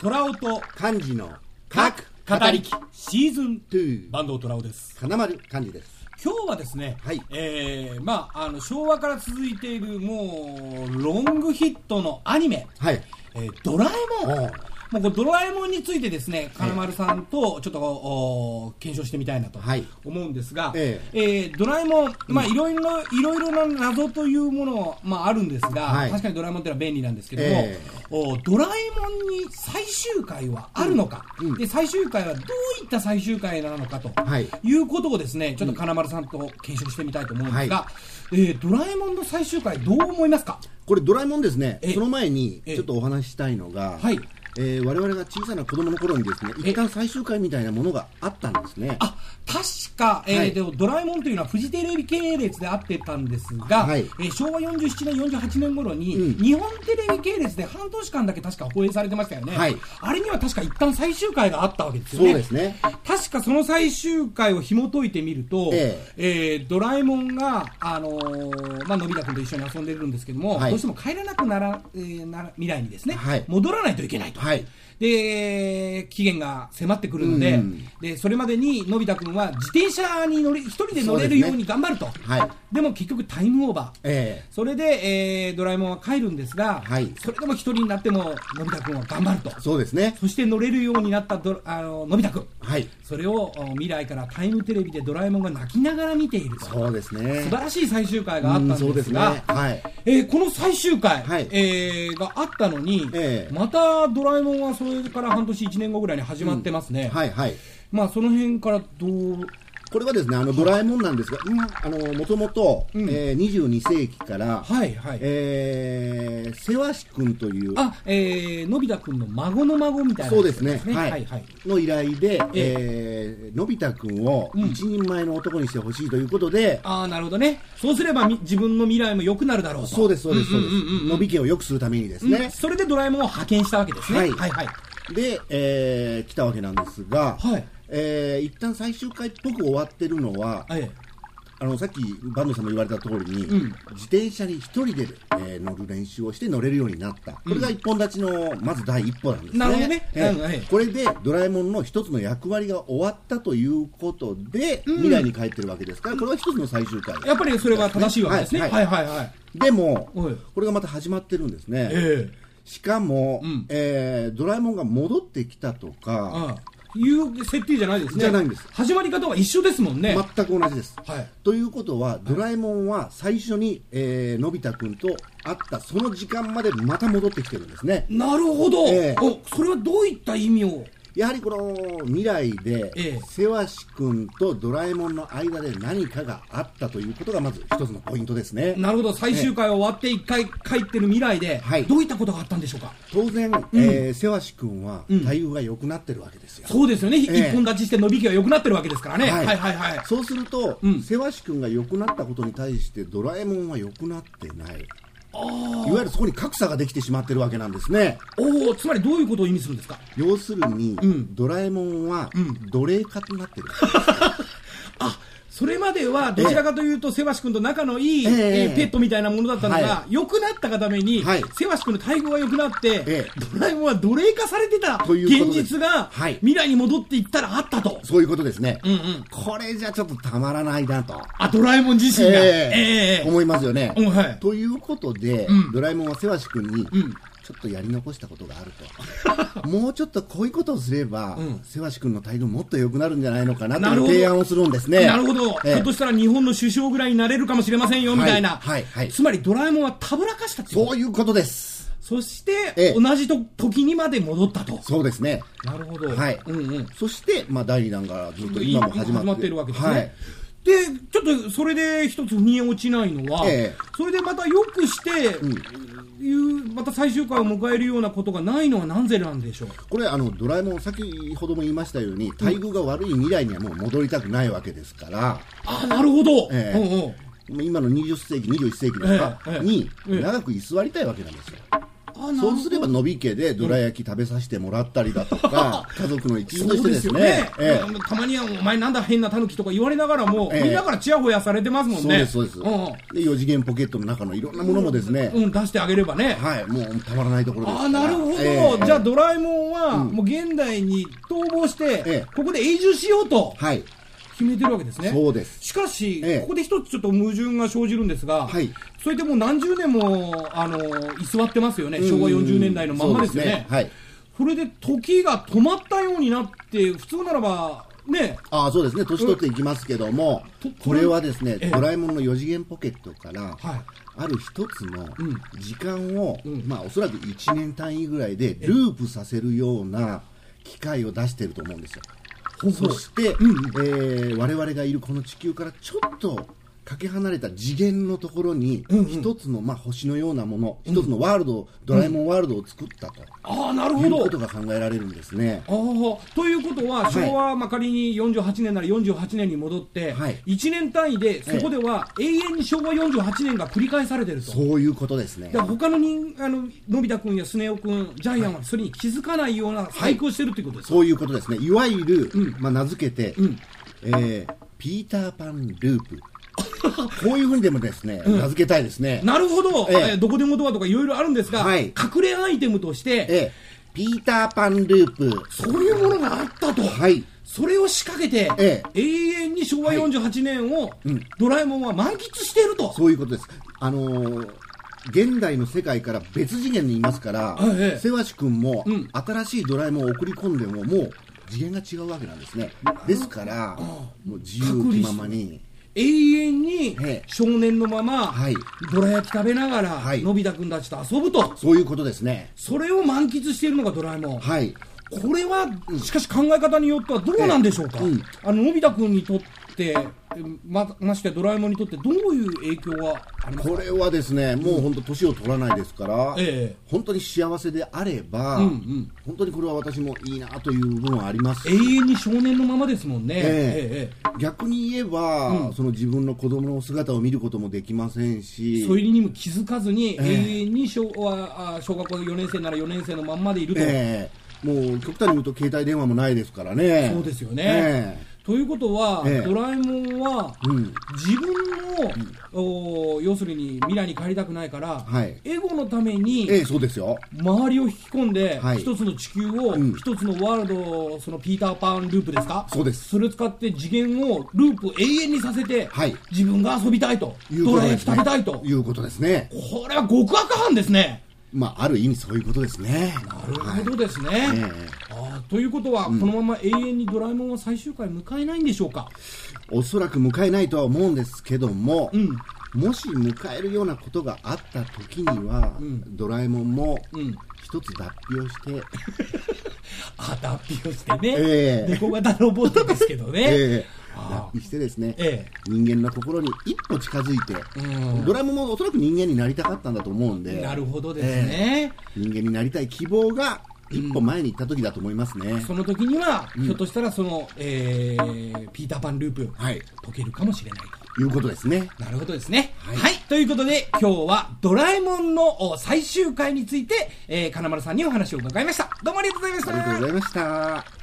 虎尾と漢字の各各語りきシーズン2バンド虎尾です金丸漢字です今日はですね、はいえーまあ、あの昭和から続いているもうロングヒットのアニメはい「えードラえもん」おうもうこれドラえもんについてですね金丸さんとちょっとお検証してみたいなとはい思うんですが、ええードラえもん、まあ、いろいろいろいろな謎というものまあ、あるんですが、はい確かにドラえもんってのは便利なんですけども、えおドラえもんに最終回はあるのか、うんうんで最終回はどういった最終回なのかと。はいいうことをですね、ちょっと金丸さんと検証してみたいと思うんですが、はえードラえもんの最終回どう思いますかこれドラえもんですねええその前にええちょっとお話ししたいのが、はいえー我々が小さな子供の頃にですねえ一旦最終回みたいなものがあったんですねあ、確か、えーはいでもドラえもんというのはフジテレビ系列であってたんですが、はいえー昭和47年、48年頃に、うん日本テレビ系列で半年間だけ確か放映されてましたよね。はいあれには確か一旦最終回があったわけですよそうね。ですね確かその最終回を紐解いてみると、ええードラえもんが、あのーまあのび太くんと一緒に遊んでるんですけども、はいどうしても帰らなくなら、えーなら未来にですね、はい戻らないといけないと。はいで、期限が迫ってくるので、うんで、それまでにのび太くんは自転車に乗り、一人で乗れるように頑張ると。ではいも結局タイムオーバー。えそれで、えードラえもんは帰るんですが、はいそれでも一人になっても、のび太くんは頑張るとえ。そうですねそして乗れるようになったドラあの、のび太くん。はいそれをお未来からタイムテレビでドラえもんが泣きながら見ていると。そうですね素晴らしい最終回があったんうんそうでですすねが、はいえーこの最終回、はいえーがあったのに、ええまたドラえもんはそれから半年、1年後ぐらいに始まってますね、はいはいまあ、その辺からどう、これはですねあのドラえもんなんですが、うん、あのもともと、うんえー22世紀から、はいはい、えー、せわし君というあえーのび太くんの孫の孫みたいな、そうですねははいいはいはいの依頼で、えええーのび太くんをうん一人前の男にしてほしいということで、あーなるほどね、そうすればみ自分の未来も良くなるだろうと、そうですそうですそうです、んんんんのび家を良くするためにですうんね、それでドラえもんを派遣したわけですね、はいはいはいで、えー来たわけなんですが、はいえー一旦最終回っぽく終わってるのは、えあのさっき坂東さんも言われた通りに、うん自転車に一人で、えー乗る練習をして乗れるようになった、これが一本立ちのまず第一歩なんですねなるほどねええうんはいこれでドラえもんの一つの役割が終わったということで、未来に帰ってるわけですからこれは一つの最終回えやっぱりそれは正しいわけですね、ははいいははいいはいはい、でもはいこれがまた始まってるんですね、ええしかも、うんえードラえもんが戻ってきたとか、うんいう設定じゃないですねじゃないんです始まり方は一緒ですもんね、全く同じですはいということは、ドラえもんは最初に、えーのび太くんと会ったその時間までまた戻ってきてるんですね。なるほど、ええおそれはどういった意味をやはりこの未来で、ええせわしくんとドラえもんの間で何かがあったということがまず一つのポイントですね。なるほど最終回終わって一回帰ってる未来で、はいどういったことがあったんでしょうか当然、えーせわしくんはうん待遇が良くなってるわけですよ。そうですよね、ええ一本立ちして伸びきが良くなってるわけですからね、はい、はいはいはいそうすると、うんせわしくんが良くなったことに対してドラえもんは良くなってない。あいわゆるそこに格差ができてしまってるわけなんですね。おおつまりどういうことを意味するんですか要するに、うんドラえもんはうん奴隷化となってる、あそれまではどちらかというと、せわし君と仲のいい、えええーペットみたいなものだったのが、は良くなったがために、はいせわし君の待遇が良くなって、えドラえもんは奴隷化されてたというこ現とです実が、はい未来に戻っていったらあったと、そういうことですね、うんうん、これじゃちょっとたまらないなと、あドラえもん自身が、ええ思いますよね、うんはいということで、うんドラえもんはせわし君に、うんちょっとやり残したことがあると もうちょっとこういうことをすれば、うんせわし君の態度もっと良くなるんじゃないのかななとるいうほど提案をするんですねなるほど、ええひょっとしたら日本の首相ぐらいになれるかもしれませんよみたいな、はいはいはいつまりドラえもんはたぶらかしたっていうそういうことですそして、ええ同じと時にまで戻ったとそうですねなるほど、はいうんうん、そして、まあ、第2弾がずっと今今も始まって始まっているわけですね。はいでちょっとそれで一つ腑に落ちないのは、ええそれでまたよくして、いうまた最終回を迎えるようなことがないのはなぜなんでしょうこれあのドラえもん先ほども言いましたように待遇が悪い未来にはもう戻りたくないわけですから、あなるほど、えうえんうん今の20世紀21世紀ですか、ええええにええ長く居座りたいわけなんですよ、ああなるほそどうすればのび家でどら焼き食べさせてもらったりだとか、家族の一そ員としうてでですすよねね、ええたまにはお前なんだ変なタヌキとか言われながらも、ええみんなからチヤホヤされてますもんねそうですそうです、んんで4次元ポケットの中のいろんなものもですね、うん、出してあげればね、はいもうたまらないところであすかあらなるほど、ええじゃあドラえもんは、もう現代に逃亡して、ええここで永住しようとはい決めてるわけですねそうですしかし、ええここで一つちょっと矛盾が生じるんですが、はいそれでもう何十年もあの居座ってますよね昭和40年代のまんまですよねそうはいそれで時が止まったようになって普通ならばねああそうですね年取っていきますけども、とこれはですね、ええドラえもんの4次元ポケットかはら、いある一つのん時間を、んまあ、おそらく1年単位ぐらいでループさせるような機械を出してると思うんですよ、ほうほそうして、うんうんえー我々がいるこの地球からちょっとかけ離れた次元のところに、うんうん一つの、まあ、星のようなもの、一つのワールドを、ドラえもんワールドを作ったと、ああなるいほうどことが考えられるんですね。ああということは、い昭和、まあ、仮に48年なら48年に戻って、はい1年単位で、そこでは永遠に昭和48年が繰り返されてると。そういうことですねだ。から他の人あののび太君やスネ夫君、ジャイアンはそれに気づかないような細工をしてるっていうことです、そういうことですね。いわゆる、んまあ、名付けて、うんえーピーターパンループ。こういうふうにでもですね、名付けたいですね。なるほど、えええーどこでもドアとかいろいろあるんですが、はい隠れアイテムとして、えーピーターパンループ。そういうものがあったと、はい。それを仕掛けて、え永遠に昭和48年を、ドラえもんは満喫していると。そういうことです。あのー現代の世界から別次元にいますから、ええせわし君も、ん新しいドラえもんを送り込んでも、もう次元が違うわけなんですね。ですから、もう自由気ままに。永遠にええ少年のままはいどら焼き食べながらはいのび太くんたちと遊ぶとそういうことですね。それを満喫しているのがドラえもんはい。これはしかし考え方によってはどうなんでしょうかええうんあののび太くんにとってまましてやドラえもんにとってどういう影響がありますこかれはですね、もう本当、年を取らないですから、ええ本当に幸せであれば、うんうん本当にこれは私もいいなという部分はあります永遠に少年のままですもんねえええ逆に言えば、その自分の子供の姿を見ることもできませんし、それにも気づかずにええ永遠に小ああ小学校4年生なら4年生のまんまでいるとええもう極端に言うと携帯電話もないですからね。そうですよね。えということは、ええドラえもんは、うん自分の、おー要するに未来に帰りたくないから、はいエゴのために、えええそうですよ。周りを引き込んで、はい一つの地球を、ん一つのワールド、そのピーターパンループですかそうですそれを使って次元を、ループを永遠にさせて、はい自分が遊びたいと、いうこドとラで焼きす食べねたいと。いうことですね。これは極悪犯ですね。まあ、ある意味そういうことですね。なるほどですね。ええあーということは、このまま永遠にドラえもんは最終回迎えないんでしょうか。おそらく迎えないとは思うんですけども、うんもし迎えるようなことがあった時には、んドラえもんもん一つ脱皮をして、あ脱皮をしてね、ええ、でこがダロボートですけどねええああ脱皮してですね、ええ人間の心に一歩近づいて、うんドラえもんもおそらく人間になりたかったんだと思うんで、なるほどですね、人間になりたい希望が一歩前に行った時だと思いますね。その時には、ひょっとしたらその、えーピーターパンループ、はい。解けるかもしれないということですね。と。なるほどですね。は、はいいということで、今日はドラえもんのお最終回について、えー金丸さんにお話を伺いました。どうもありがとうございましあた。りがとうございました。